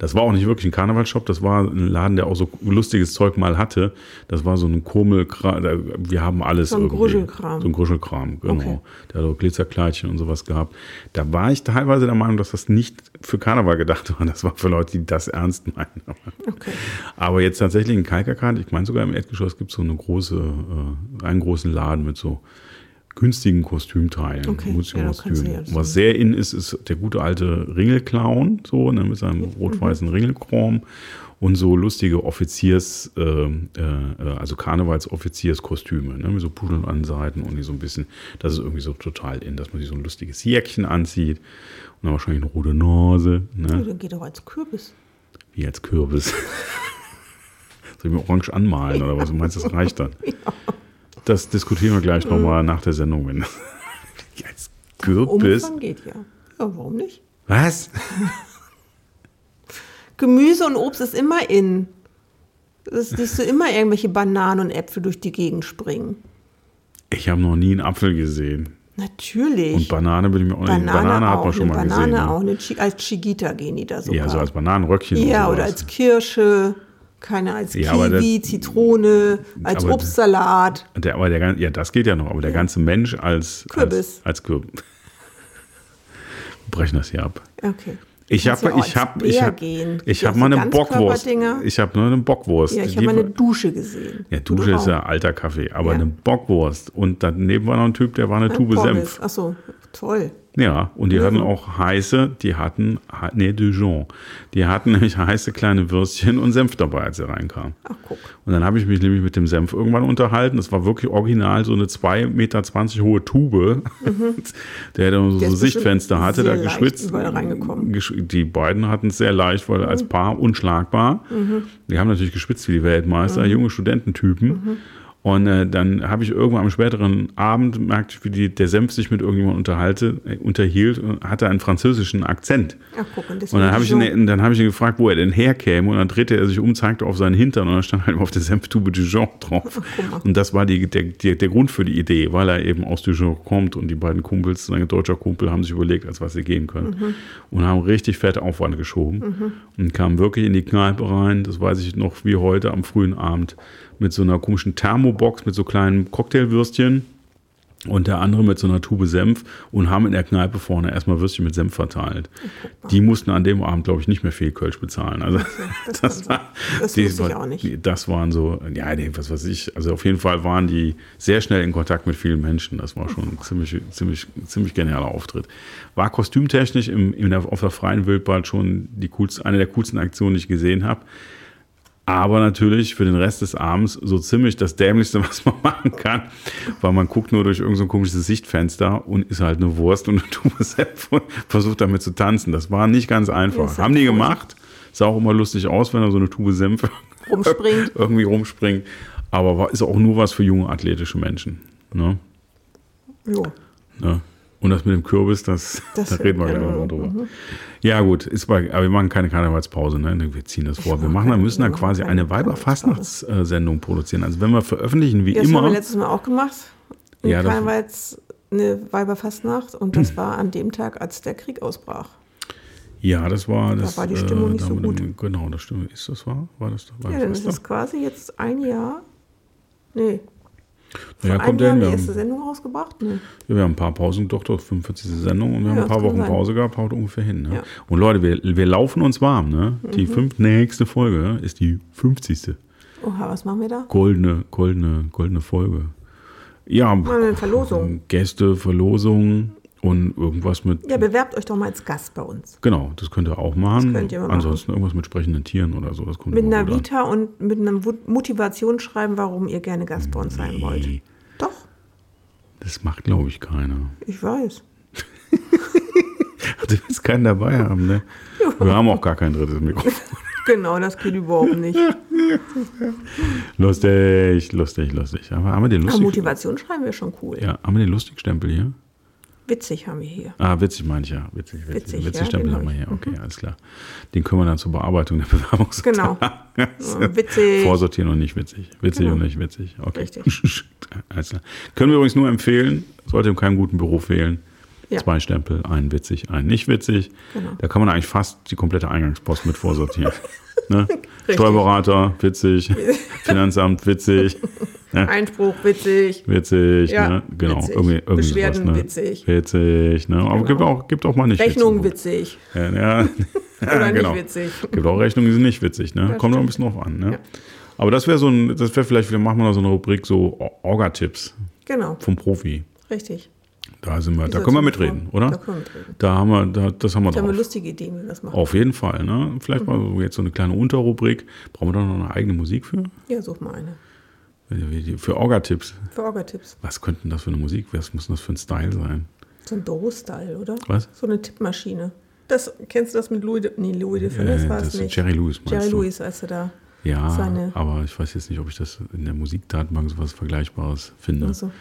Speaker 1: Das war auch nicht wirklich ein Karnevalshop, das war ein Laden, der auch so lustiges Zeug mal hatte. Das war so ein Kurmelkram, da- wir haben alles
Speaker 2: So ein
Speaker 1: irgendwie.
Speaker 2: Gruschelkram.
Speaker 1: So ein Gruschelkram, genau.
Speaker 2: Okay.
Speaker 1: Der hat auch Glitzerkleidchen und sowas gehabt. Da war ich teilweise der Meinung, dass das nicht für Karneval gedacht war. Das war für Leute, die das ernst meinen.
Speaker 2: Okay.
Speaker 1: Aber jetzt tatsächlich in Kalkerkant, ich meine sogar im Erdgeschoss gibt es so eine große, äh, einen großen Laden mit so günstigen Kostümteilen.
Speaker 2: Okay,
Speaker 1: günstigen
Speaker 2: ja, da kannst du ja
Speaker 1: Und Was sehr in ist, ist der gute alte Ringelclown, so, ne, mit seinem rot-weißen Ringelchrom und so lustige Offiziers, äh, äh, äh, also Karnevalsoffizierskostüme, ne, mit so Pudeln an Seiten und die so ein bisschen, das ist irgendwie so total in, dass man sich so ein lustiges Jäckchen anzieht und dann wahrscheinlich eine rote Nase. Ne?
Speaker 2: Ja, dann geht auch als Kürbis.
Speaker 1: Wie als Kürbis. *laughs* Soll ich mir orange anmalen oder was? Du meinst, das reicht dann? Das diskutieren wir gleich nochmal nach der Sendung. Wenn *laughs* Wie als Kürbis?
Speaker 2: Umfang geht ja. Ja, warum nicht?
Speaker 1: Was?
Speaker 2: Gemüse und Obst ist immer in. Das siehst du immer irgendwelche Bananen und Äpfel durch die Gegend springen.
Speaker 1: Ich habe noch nie einen Apfel gesehen. Und
Speaker 2: Natürlich.
Speaker 1: Banane bin ich mir auch nicht. Banane, hat man schon
Speaker 2: eine
Speaker 1: mal
Speaker 2: Banane
Speaker 1: gesehen. ne?
Speaker 2: auch. Eine Chi als Chigita gehen die da sogar.
Speaker 1: ja, so als Bananenröckchen. und
Speaker 2: Ja,
Speaker 1: sowas.
Speaker 2: oder als Kirsche, keine als
Speaker 1: Ja, aber
Speaker 2: Kiwi, Zitrone, als
Speaker 1: aber-
Speaker 2: Obstsalat.
Speaker 1: Der, aber der, gan- ja, das geht ja noch, aber der ganze Mensch als
Speaker 2: Kürbis.
Speaker 1: Als, als Kürbis. Wir *laughs* brechen das hier ab.
Speaker 2: Okay.
Speaker 1: Ich
Speaker 2: Kannst
Speaker 1: habe
Speaker 2: ja auch
Speaker 1: ich
Speaker 2: als
Speaker 1: habe ich
Speaker 2: Bär
Speaker 1: habe
Speaker 2: gehen.
Speaker 1: ich
Speaker 2: Die
Speaker 1: habe
Speaker 2: ganzen
Speaker 1: mal eine Bockwurst.
Speaker 2: Ganzkörperdinger.
Speaker 1: Ich habe nur eine Bockwurst.
Speaker 2: Ja, ich
Speaker 1: Die
Speaker 2: habe mal eine
Speaker 1: war-
Speaker 2: Dusche gesehen.
Speaker 1: ja,
Speaker 2: Du
Speaker 1: Dusche ist
Speaker 2: auch. ne?
Speaker 1: ja alter Kaffee, aber
Speaker 2: Ja.
Speaker 1: eine Bockwurst und daneben war noch ein Typ, der war eine
Speaker 2: Ja,
Speaker 1: Tube
Speaker 2: Pommes.
Speaker 1: Senf.
Speaker 2: Ach so, toll.
Speaker 1: Ja, und die hatten auch heiße, die hatten nee, Dijon. Die hatten *laughs* nämlich heiße kleine Würstchen und Senf dabei, als sie reinkamen.
Speaker 2: Ach, guck.
Speaker 1: Und dann habe ich mich nämlich mit dem Senf irgendwann unterhalten. Das war wirklich original so eine 2,20 Meter hohe Tube, *laughs* der dann so
Speaker 2: Mhm. Der
Speaker 1: ein
Speaker 2: ist bestimmt
Speaker 1: Schichtfenster hatte,
Speaker 2: sehr
Speaker 1: da
Speaker 2: leicht
Speaker 1: geschwitzt.
Speaker 2: überall reingekommen. Mhm.
Speaker 1: Gesch- Die beiden hatten es sehr leicht, weil als Paar unschlagbar. Die haben natürlich geschwitzt wie die
Speaker 2: Mhm.
Speaker 1: Weltmeister, junge Studententypen. Und äh, dann habe ich irgendwann am späteren Abend merkt ich, wie die, der Senf sich mit irgendjemandem unterhalte, äh, unterhielt und hatte einen französischen Akzent.
Speaker 2: Ach, guck. Und,
Speaker 1: Und
Speaker 2: deswegen
Speaker 1: dann habe ich,
Speaker 2: Dijon.
Speaker 1: ihn- dann hab ich ihn gefragt, wo er denn herkäme. Und dann drehte er sich um, zeigte auf seinen Hintern und dann stand halt auf der Senftube Dijon drauf.
Speaker 2: guck mal.
Speaker 1: Und das war die, der, der, der Grund für die Idee, weil er eben aus Dijon kommt. Und die beiden Kumpels, sein deutscher Kumpel, haben sich überlegt, als was sie gehen können.
Speaker 2: Mhm.
Speaker 1: Und haben richtig fette Aufwand geschoben. Und kamen wirklich in die Kneipe rein, das weiß ich noch wie heute am frühen Abend, mit so einer komischen Thermobox, mit so kleinen Cocktailwürstchen und der andere mit so einer Tube Senf und haben in der Kneipe vorne erstmal Würstchen mit Senf verteilt. Die mussten an dem Abend, glaube ich, nicht mehr viel Kölsch bezahlen. Also
Speaker 2: *laughs* das kann
Speaker 1: *laughs* das,
Speaker 2: sein.
Speaker 1: war,
Speaker 2: Das
Speaker 1: die-
Speaker 2: wusste ich auch nicht.
Speaker 1: die- das waren so, ja, nee, was weiß ich. Also auf jeden Fall waren die sehr schnell in Kontakt mit vielen Menschen. Das war schon ein
Speaker 2: Oh.
Speaker 1: ziemlich, ziemlich, ziemlich genialer Auftritt. War kostümtechnisch im, in der, auf der Freien Wildbahn schon die coolste, eine der coolsten Aktionen, die ich gesehen habe. Aber natürlich für den Rest des Abends so ziemlich das Dämlichste, *laughs* was man machen kann, weil man guckt nur durch irgendein so ein komisches Sichtfenster und ist halt eine Wurst und *laughs* eine Tube Senf und versucht damit zu tanzen. Das war nicht ganz
Speaker 2: Ja,
Speaker 1: einfach.
Speaker 2: ist
Speaker 1: Haben die
Speaker 2: ja cool.
Speaker 1: gemacht. Sah auch immer lustig aus, wenn da so eine Tube Senf
Speaker 2: Rumspringt.
Speaker 1: *laughs* irgendwie rumspringt. Aber war- ist auch nur was für junge athletische Menschen. Ne?
Speaker 2: Jo.
Speaker 1: Ja. Und das mit dem Kürbis, das,
Speaker 2: *laughs* Das-
Speaker 1: da reden wir gleich
Speaker 2: ja,
Speaker 1: nochmal drüber. Ja, gut, ist bei, aber wir machen keine Karnevalspause, ne? Wir ziehen das vor. Wir machen, wir müssen dann
Speaker 2: wir
Speaker 1: quasi
Speaker 2: machen keine
Speaker 1: eine Weiberfastnachtssendung produzieren. Also wenn wir veröffentlichen, wie
Speaker 2: Ja, das haben wir
Speaker 1: immer.
Speaker 2: letztes Mal auch gemacht.
Speaker 1: Ja,
Speaker 2: Ja,
Speaker 1: das-
Speaker 2: Karnevals, eine Weiberfastnacht und das war an dem Tag, als der Krieg ausbrach.
Speaker 1: Ja, das war das.
Speaker 2: war die Stimmung nicht
Speaker 1: da-
Speaker 2: so gut.
Speaker 1: Genau, das stimmt. Ist das wahr? War das da? War
Speaker 2: Ja,
Speaker 1: das
Speaker 2: dann ist
Speaker 1: da?
Speaker 2: es quasi jetzt ein Jahr. Nee.
Speaker 1: Ja,
Speaker 2: ein
Speaker 1: kommt
Speaker 2: Jahr
Speaker 1: hin.
Speaker 2: die
Speaker 1: Wir
Speaker 2: erste
Speaker 1: haben,
Speaker 2: Sendung rausgebracht? Hm. Nee.
Speaker 1: ja, wir haben ein paar Pausen, doch, doch, 45. Sendung und wir haben
Speaker 2: Ja,
Speaker 1: ein paar
Speaker 2: das kann
Speaker 1: Wochen
Speaker 2: sein.
Speaker 1: Pause gehabt, haut ungefähr hin. Ne?
Speaker 2: Ja. Mhm.
Speaker 1: Und Leute, wir, wir laufen uns warm, ne? Die fünf, nächste Folge ist die 50.
Speaker 2: Oha, was machen wir da?
Speaker 1: goldene, goldene, goldene Folge. Ja,
Speaker 2: Machen wir eine Verlosung.
Speaker 1: Gäste, Verlosung und irgendwas mit.
Speaker 2: Ja, bewerbt euch doch mal als Gast bei uns.
Speaker 1: Genau, das könnt ihr auch machen.
Speaker 2: Das könnt ihr mal machen.
Speaker 1: Ansonsten irgendwas mit sprechenden Tieren oder so. Das kommt
Speaker 2: Mit
Speaker 1: immer
Speaker 2: einer
Speaker 1: gut an.
Speaker 2: Vita und mit einer Wut- Motivation schreiben, warum ihr gerne Gast bei uns sein wollt.
Speaker 1: Nee,
Speaker 2: Doch,
Speaker 1: Das macht, glaube ich, keiner. *laughs*
Speaker 2: ich weiß.
Speaker 1: Du willst keinen dabei haben, ne? Wir haben auch gar kein drittes
Speaker 2: *laughs*
Speaker 1: Mikrofon.
Speaker 2: Genau, das geht
Speaker 1: *laughs*
Speaker 2: überhaupt nicht.
Speaker 1: Lustig, lustig, lustig. Aber haben wir den
Speaker 2: Aber
Speaker 1: lustig?
Speaker 2: Motivation schreiben wir schon cool.
Speaker 1: Ja, haben wir den Lustigstempel hier?
Speaker 2: Witzig haben wir hier.
Speaker 1: Ah, witzig meine ich ja. Witzig, witzig. Witzig,
Speaker 2: Witzig, ja, genau.
Speaker 1: Stempel
Speaker 2: den
Speaker 1: haben wir
Speaker 2: hab ich.
Speaker 1: hier. Okay, alles klar. Den können wir dann zur Bearbeitung der *laughs* Bewerbungsunterlagen
Speaker 2: Genau. Witzig.
Speaker 1: Vorsortieren und nicht witzig. Witzig
Speaker 2: Äh, Genau.
Speaker 1: und nicht witzig. Okay.
Speaker 2: Richtig.
Speaker 1: *laughs* Alles klar. Können wir übrigens nur empfehlen, sollte in keinem guten Büro fehlen.
Speaker 2: Ja.
Speaker 1: Zwei Stempel, einen witzig, einen nicht witzig.
Speaker 2: Genau.
Speaker 1: Da kann man eigentlich fast die komplette Eingangspost mit
Speaker 2: *laughs*
Speaker 1: vorsortieren. ne? Steuerberater, witzig. Finanzamt, witzig.
Speaker 2: Einspruch, witzig.
Speaker 1: Witzig,
Speaker 2: Ja,
Speaker 1: ne? Genau.
Speaker 2: witzig.
Speaker 1: Irgendwie, irgendwie
Speaker 2: Beschwerden,
Speaker 1: sowas, ne?
Speaker 2: witzig. Genau.
Speaker 1: Witzig, ne? Aber gibt, auch, gibt auch mal nicht
Speaker 2: Rechnung
Speaker 1: witzig.
Speaker 2: witzig.
Speaker 1: Ja, *laughs* ja.
Speaker 2: *laughs*
Speaker 1: *laughs*
Speaker 2: Oder nicht
Speaker 1: genau.
Speaker 2: witzig.
Speaker 1: Gibt auch Rechnungen, die sind nicht witzig, ne? Kommt auch ein bisschen drauf an, ne?
Speaker 2: Ja.
Speaker 1: Aber das wäre so ein, das wäre vielleicht, wir machen mal so eine Rubrik so Or- Orga-Tipps
Speaker 2: Genau,
Speaker 1: vom Profi.
Speaker 2: richtig.
Speaker 1: Da sind wir, da
Speaker 2: Dieser
Speaker 1: können wir
Speaker 2: Typ
Speaker 1: mitreden,
Speaker 2: vor-
Speaker 1: oder? Oh.
Speaker 2: Da können wir mitreden.
Speaker 1: Da haben wir, da, das haben wir
Speaker 2: Da haben wir
Speaker 1: drauf.
Speaker 2: Mhm. lustige Ideen, wie wir das machen.
Speaker 1: Auf jeden Fall, ne? Vielleicht mal so jetzt so eine kleine Unterrubrik. Brauchen wir da noch eine eigene Musik für?
Speaker 2: Ja, such mal eine.
Speaker 1: Für Orga-Tipps.
Speaker 2: Für Orga-Tipps.
Speaker 1: Was könnten das für eine Musik? Was muss denn das für ein Style sein?
Speaker 2: So ein Doro-Style, oder?
Speaker 1: Was?
Speaker 2: So eine Tippmaschine. Das, kennst du das mit Louis de, nee, Louis de Funès
Speaker 1: Äh,
Speaker 2: war
Speaker 1: das
Speaker 2: es
Speaker 1: ist
Speaker 2: nicht.
Speaker 1: Jerry Lewis, meinst
Speaker 2: Jerry
Speaker 1: du?
Speaker 2: Lewis, als er da.
Speaker 1: Ja,
Speaker 2: Seine-
Speaker 1: aber ich weiß jetzt nicht, ob ich das in der Musikdatenbank so was Vergleichbares finde.
Speaker 2: Ach so. Mhm.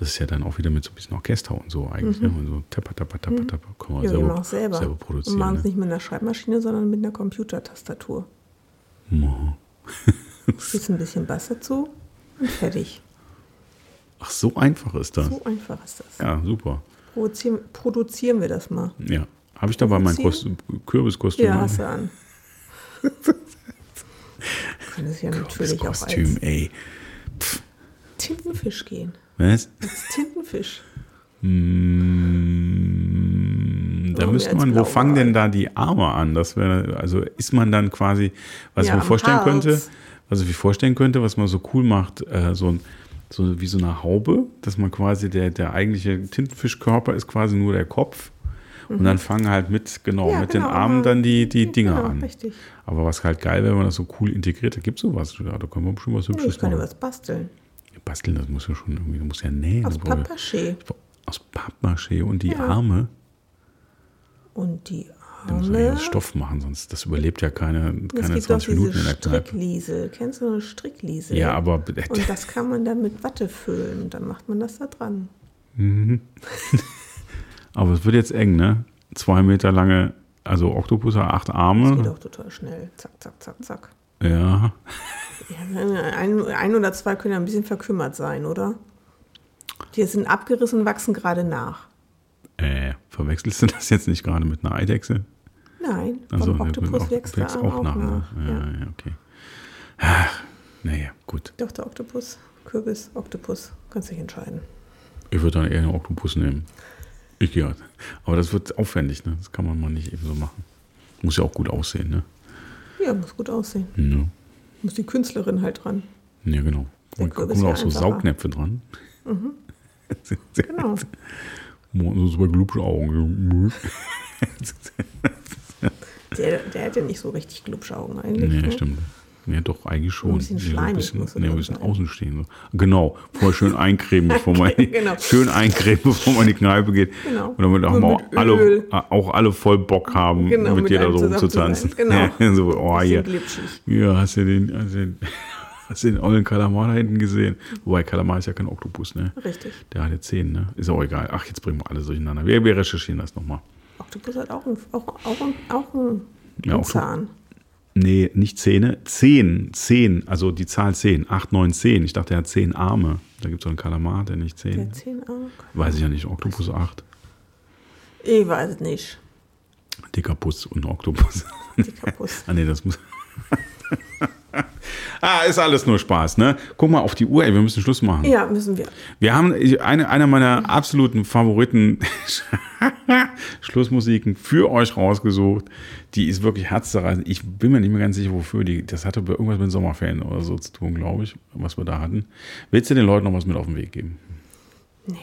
Speaker 1: Das ist ja dann auch wieder mit so ein bisschen Orchester und so eigentlich. Ne? Und so tapper, tapper, tapper, tapper. Kann man
Speaker 2: Ja, wir
Speaker 1: selber,
Speaker 2: machen es selber.
Speaker 1: selber produzieren.
Speaker 2: Und machen es
Speaker 1: Ne?
Speaker 2: nicht mit einer Schreibmaschine, sondern mit einer Computertastatur.
Speaker 1: ne? Mo.
Speaker 2: Gibst ein bisschen Bass dazu und fertig.
Speaker 1: Ach, so einfach ist das.
Speaker 2: So einfach ist das.
Speaker 1: Ja, super.
Speaker 2: Produzieren, produzieren wir das mal.
Speaker 1: Ja. Habe ich dabei mein
Speaker 2: Produzieren?
Speaker 1: Kostüm, Kürbiskostüm?
Speaker 2: Ja,
Speaker 1: an?
Speaker 2: hast du an. Kann
Speaker 1: *laughs*
Speaker 2: es ja
Speaker 1: das
Speaker 2: natürlich auch
Speaker 1: Kostüm,
Speaker 2: als
Speaker 1: ey.
Speaker 2: Tintenfisch gehen.
Speaker 1: Was?
Speaker 2: Als
Speaker 1: *laughs*
Speaker 2: Tintenfisch.
Speaker 1: Mm, Da
Speaker 2: Machen wir
Speaker 1: müsste
Speaker 2: als
Speaker 1: man, wo
Speaker 2: Blauwal.
Speaker 1: fangen denn da die Arme an? Das wäre, also ist man dann quasi, was
Speaker 2: Ja,
Speaker 1: ich mir
Speaker 2: am
Speaker 1: vorstellen
Speaker 2: Hals.
Speaker 1: könnte, was ich mir vorstellen könnte, was man so cool macht, äh, so, ein- so wie so eine Haube, dass man quasi der, der eigentliche Tintenfischkörper ist quasi nur der Kopf. Und dann fangen halt mit, genau,
Speaker 2: Mhm. Ja,
Speaker 1: mit den
Speaker 2: genau,
Speaker 1: Armen
Speaker 2: aber-
Speaker 1: dann die, die Dinger
Speaker 2: genau,
Speaker 1: an.
Speaker 2: richtig.
Speaker 1: Aber was halt geil wäre, wenn man das so cool integriert, da gibt es sowas. Ja, Da können wir bestimmt was
Speaker 2: Nee, ich
Speaker 1: Hübsches
Speaker 2: kann dir
Speaker 1: machen.
Speaker 2: was basteln.
Speaker 1: Basteln, das muss ja schon irgendwie, das muss ja nähen.
Speaker 2: Aus
Speaker 1: das braucht ja-
Speaker 2: Papaché.
Speaker 1: aus Pappmaché und die
Speaker 2: Ja.
Speaker 1: Arme.
Speaker 2: Und die
Speaker 1: Da muss man ja
Speaker 2: Arme.
Speaker 1: aus Stoff machen, sonst das überlebt ja keine,
Speaker 2: Es
Speaker 1: keine
Speaker 2: gibt doch
Speaker 1: 20 Minuten in
Speaker 2: diese
Speaker 1: der Kneipe.
Speaker 2: Strickliesel. Kennst du eine Strickliesel?
Speaker 1: Ja, aber äh,
Speaker 2: Und das kann man dann mit Watte füllen. Dann macht man das da dran.
Speaker 1: *laughs* aber es wird jetzt eng, ne? Zwei Meter lange, also Oktopus hat acht
Speaker 2: Das geht
Speaker 1: Arme.
Speaker 2: auch total schnell. Zack, zack, zack, zack.
Speaker 1: Ja.
Speaker 2: Ja, ein, ein oder zwei können ja ein bisschen verkümmert sein, oder? Die sind abgerissen, wachsen gerade nach.
Speaker 1: Äh, verwechselst du das jetzt nicht gerade mit einer Eidechse? Also,
Speaker 2: Nein,
Speaker 1: Ach so,
Speaker 2: vom Oktopus wächst der Arm auch nach.
Speaker 1: ne? Ja,
Speaker 2: Ja.
Speaker 1: ja, okay. Ach, naja, gut.
Speaker 2: Doch, der Oktopus, Kürbis, Oktopus, kannst dich entscheiden.
Speaker 1: Ich würde dann eher einen Oktopus nehmen. Ich gehe halt. Aber das wird aufwendig, ne? Das kann man mal nicht eben so machen. Muss ja auch gut aussehen, ne?
Speaker 2: Ja, muss gut aussehen.
Speaker 1: Ja,
Speaker 2: Muss die Künstlerin halt dran.
Speaker 1: ja genau.
Speaker 2: Der
Speaker 1: Und
Speaker 2: Kürbis
Speaker 1: kommen
Speaker 2: wär
Speaker 1: auch so
Speaker 2: einfacher. Mhm.
Speaker 1: Saugnäpfe dran. *laughs*
Speaker 2: Genau.
Speaker 1: so super glubsche Augen.
Speaker 2: Der, der hat ja nicht so richtig glubsche Augen eigentlich.
Speaker 1: Nee,
Speaker 2: ne?
Speaker 1: stimmt. Ja, doch, eigentlich schon.
Speaker 2: Ein bisschen
Speaker 1: Nee, so
Speaker 2: schleimig
Speaker 1: Ein
Speaker 2: muss
Speaker 1: bisschen,
Speaker 2: er
Speaker 1: nee, ein
Speaker 2: dann
Speaker 1: bisschen
Speaker 2: sein.
Speaker 1: außen stehen. So. Genau, vorher
Speaker 2: *laughs*
Speaker 1: schön eincremen, bevor man,
Speaker 2: Genau.
Speaker 1: *laughs* schön eincremen, bevor man in die Kneipe geht.
Speaker 2: Genau.
Speaker 1: Und damit auch,
Speaker 2: Nur
Speaker 1: mal
Speaker 2: mit
Speaker 1: alle,
Speaker 2: Öl.
Speaker 1: auch alle voll Bock haben,
Speaker 2: Genau,
Speaker 1: mit,
Speaker 2: mit
Speaker 1: dir da
Speaker 2: einem
Speaker 1: so
Speaker 2: zusammen zu
Speaker 1: rumzutanzen. *laughs*
Speaker 2: sein. Genau.
Speaker 1: so, oh, hier.
Speaker 2: Bisschen glitschig.
Speaker 1: Ja, hast du den, hast du den, *laughs* hast du den ollen Kalamar da hinten gesehen? Wobei, Kalamar ist ja kein Oktopus, ne?
Speaker 2: Richtig.
Speaker 1: Der hat ja zehn, ne? Ist auch egal. Ach, jetzt bringen wir alle durcheinander. Wir, wir recherchieren das nochmal.
Speaker 2: Oktopus hat auch einen, auch, auch einen, auch einen
Speaker 1: Ja,
Speaker 2: einen
Speaker 1: Oktopus-
Speaker 2: Zahn.
Speaker 1: Nee, nicht Zähne. Zehn. Zehn. Also die Zahl zehn. Acht, neun, zehn. Ich dachte, er hat zehn Arme. Da gibt es so einen Kalamar, der nicht
Speaker 2: Der
Speaker 1: zehn.
Speaker 2: hat zehn Augen.
Speaker 1: Weiß ich ja nicht. Oktopus acht.
Speaker 2: Ich weiß es nicht.
Speaker 1: Dicker Puss und ein Oktopus. *laughs*
Speaker 2: Dicker Puss.
Speaker 1: ah, nee, das muss. *laughs* ah, ist alles nur Spaß, ne? Guck mal auf die Uhr, ey. Wir müssen Schluss machen.
Speaker 2: Ja, müssen wir.
Speaker 1: Wir haben ich- eine, einer meiner absoluten Favoriten *laughs* Schlussmusiken für euch rausgesucht. Die ist wirklich herzzerreißend. Ich bin mir nicht mehr ganz sicher, wofür die. Das hatte irgendwas mit Sommerferien oder so zu tun, glaube ich, was wir da hatten. Willst du den Leuten noch was mit auf den Weg geben?
Speaker 2: Nee.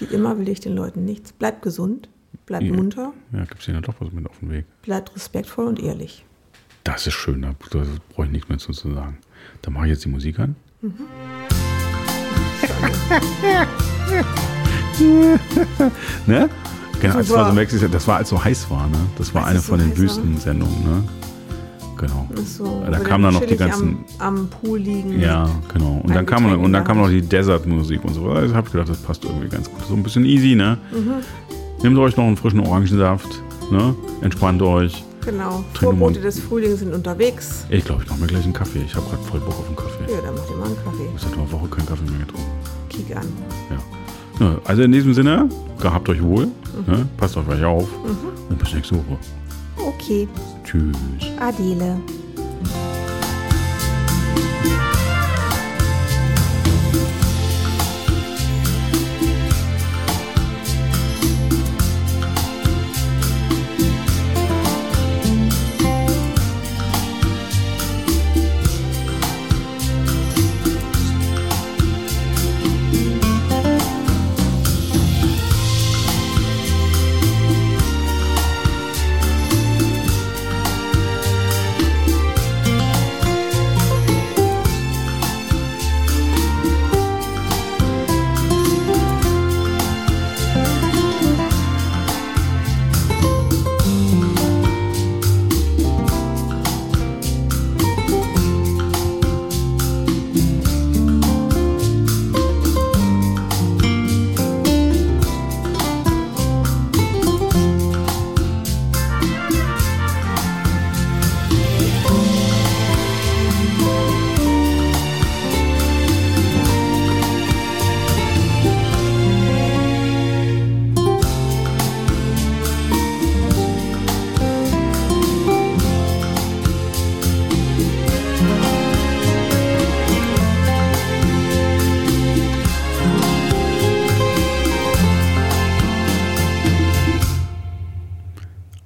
Speaker 2: Wie immer will ich den Leuten nichts. Bleibt gesund, bleibt
Speaker 1: Ja.
Speaker 2: munter,
Speaker 1: Ja, gibt's denen doch was mit auf den Weg.
Speaker 2: bleibt respektvoll und ehrlich.
Speaker 1: Das ist schön, da da brauche ich nichts mehr zu zu sagen. Dann mache ich jetzt die Musik an.
Speaker 2: Mhm.
Speaker 1: *laughs* ne? Genau, das
Speaker 2: Super.
Speaker 1: war, so Mexis, das war, als so heiß war, ne? Das war
Speaker 2: Als
Speaker 1: eine
Speaker 2: es so
Speaker 1: von den
Speaker 2: heiß war.
Speaker 1: Wüstensendungen, ne? Genau.
Speaker 2: So,
Speaker 1: da
Speaker 2: wenn
Speaker 1: kamen dann noch die
Speaker 2: chillig
Speaker 1: ganzen.
Speaker 2: Am, am Pool liegen.
Speaker 1: Ja, genau. Und dann,
Speaker 2: Ein
Speaker 1: kam,
Speaker 2: Getränk
Speaker 1: und dann
Speaker 2: in
Speaker 1: kam
Speaker 2: der
Speaker 1: noch die Desert-Musik und so. Da habe ich gedacht, das passt irgendwie ganz gut. So ein bisschen easy, ne?
Speaker 2: Mhm.
Speaker 1: Nehmt euch noch einen frischen Orangensaft, ne? Entspannt euch.
Speaker 2: Genau.
Speaker 1: Trink
Speaker 2: Vorbote
Speaker 1: nochmal.
Speaker 2: des Frühlings sind unterwegs.
Speaker 1: Ich glaube, ich mache mir gleich einen Kaffee. Ich habe gerade voll Bock auf einen Kaffee.
Speaker 2: Ja, dann macht ihr mal einen Kaffee.
Speaker 1: Ich habe seit einer Woche keinen Kaffee mehr getrunken.
Speaker 2: Kick an.
Speaker 1: Ja. Na, Also in diesem Sinne, gehabt euch wohl, ne? passt auf euch auf und bis nächste Woche.
Speaker 2: Okay,
Speaker 1: Tschüss.
Speaker 2: Adele.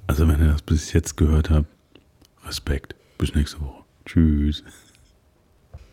Speaker 1: Also wenn ihr das bis jetzt gehört habt, Respekt. Bis nächste Woche. Tschüss.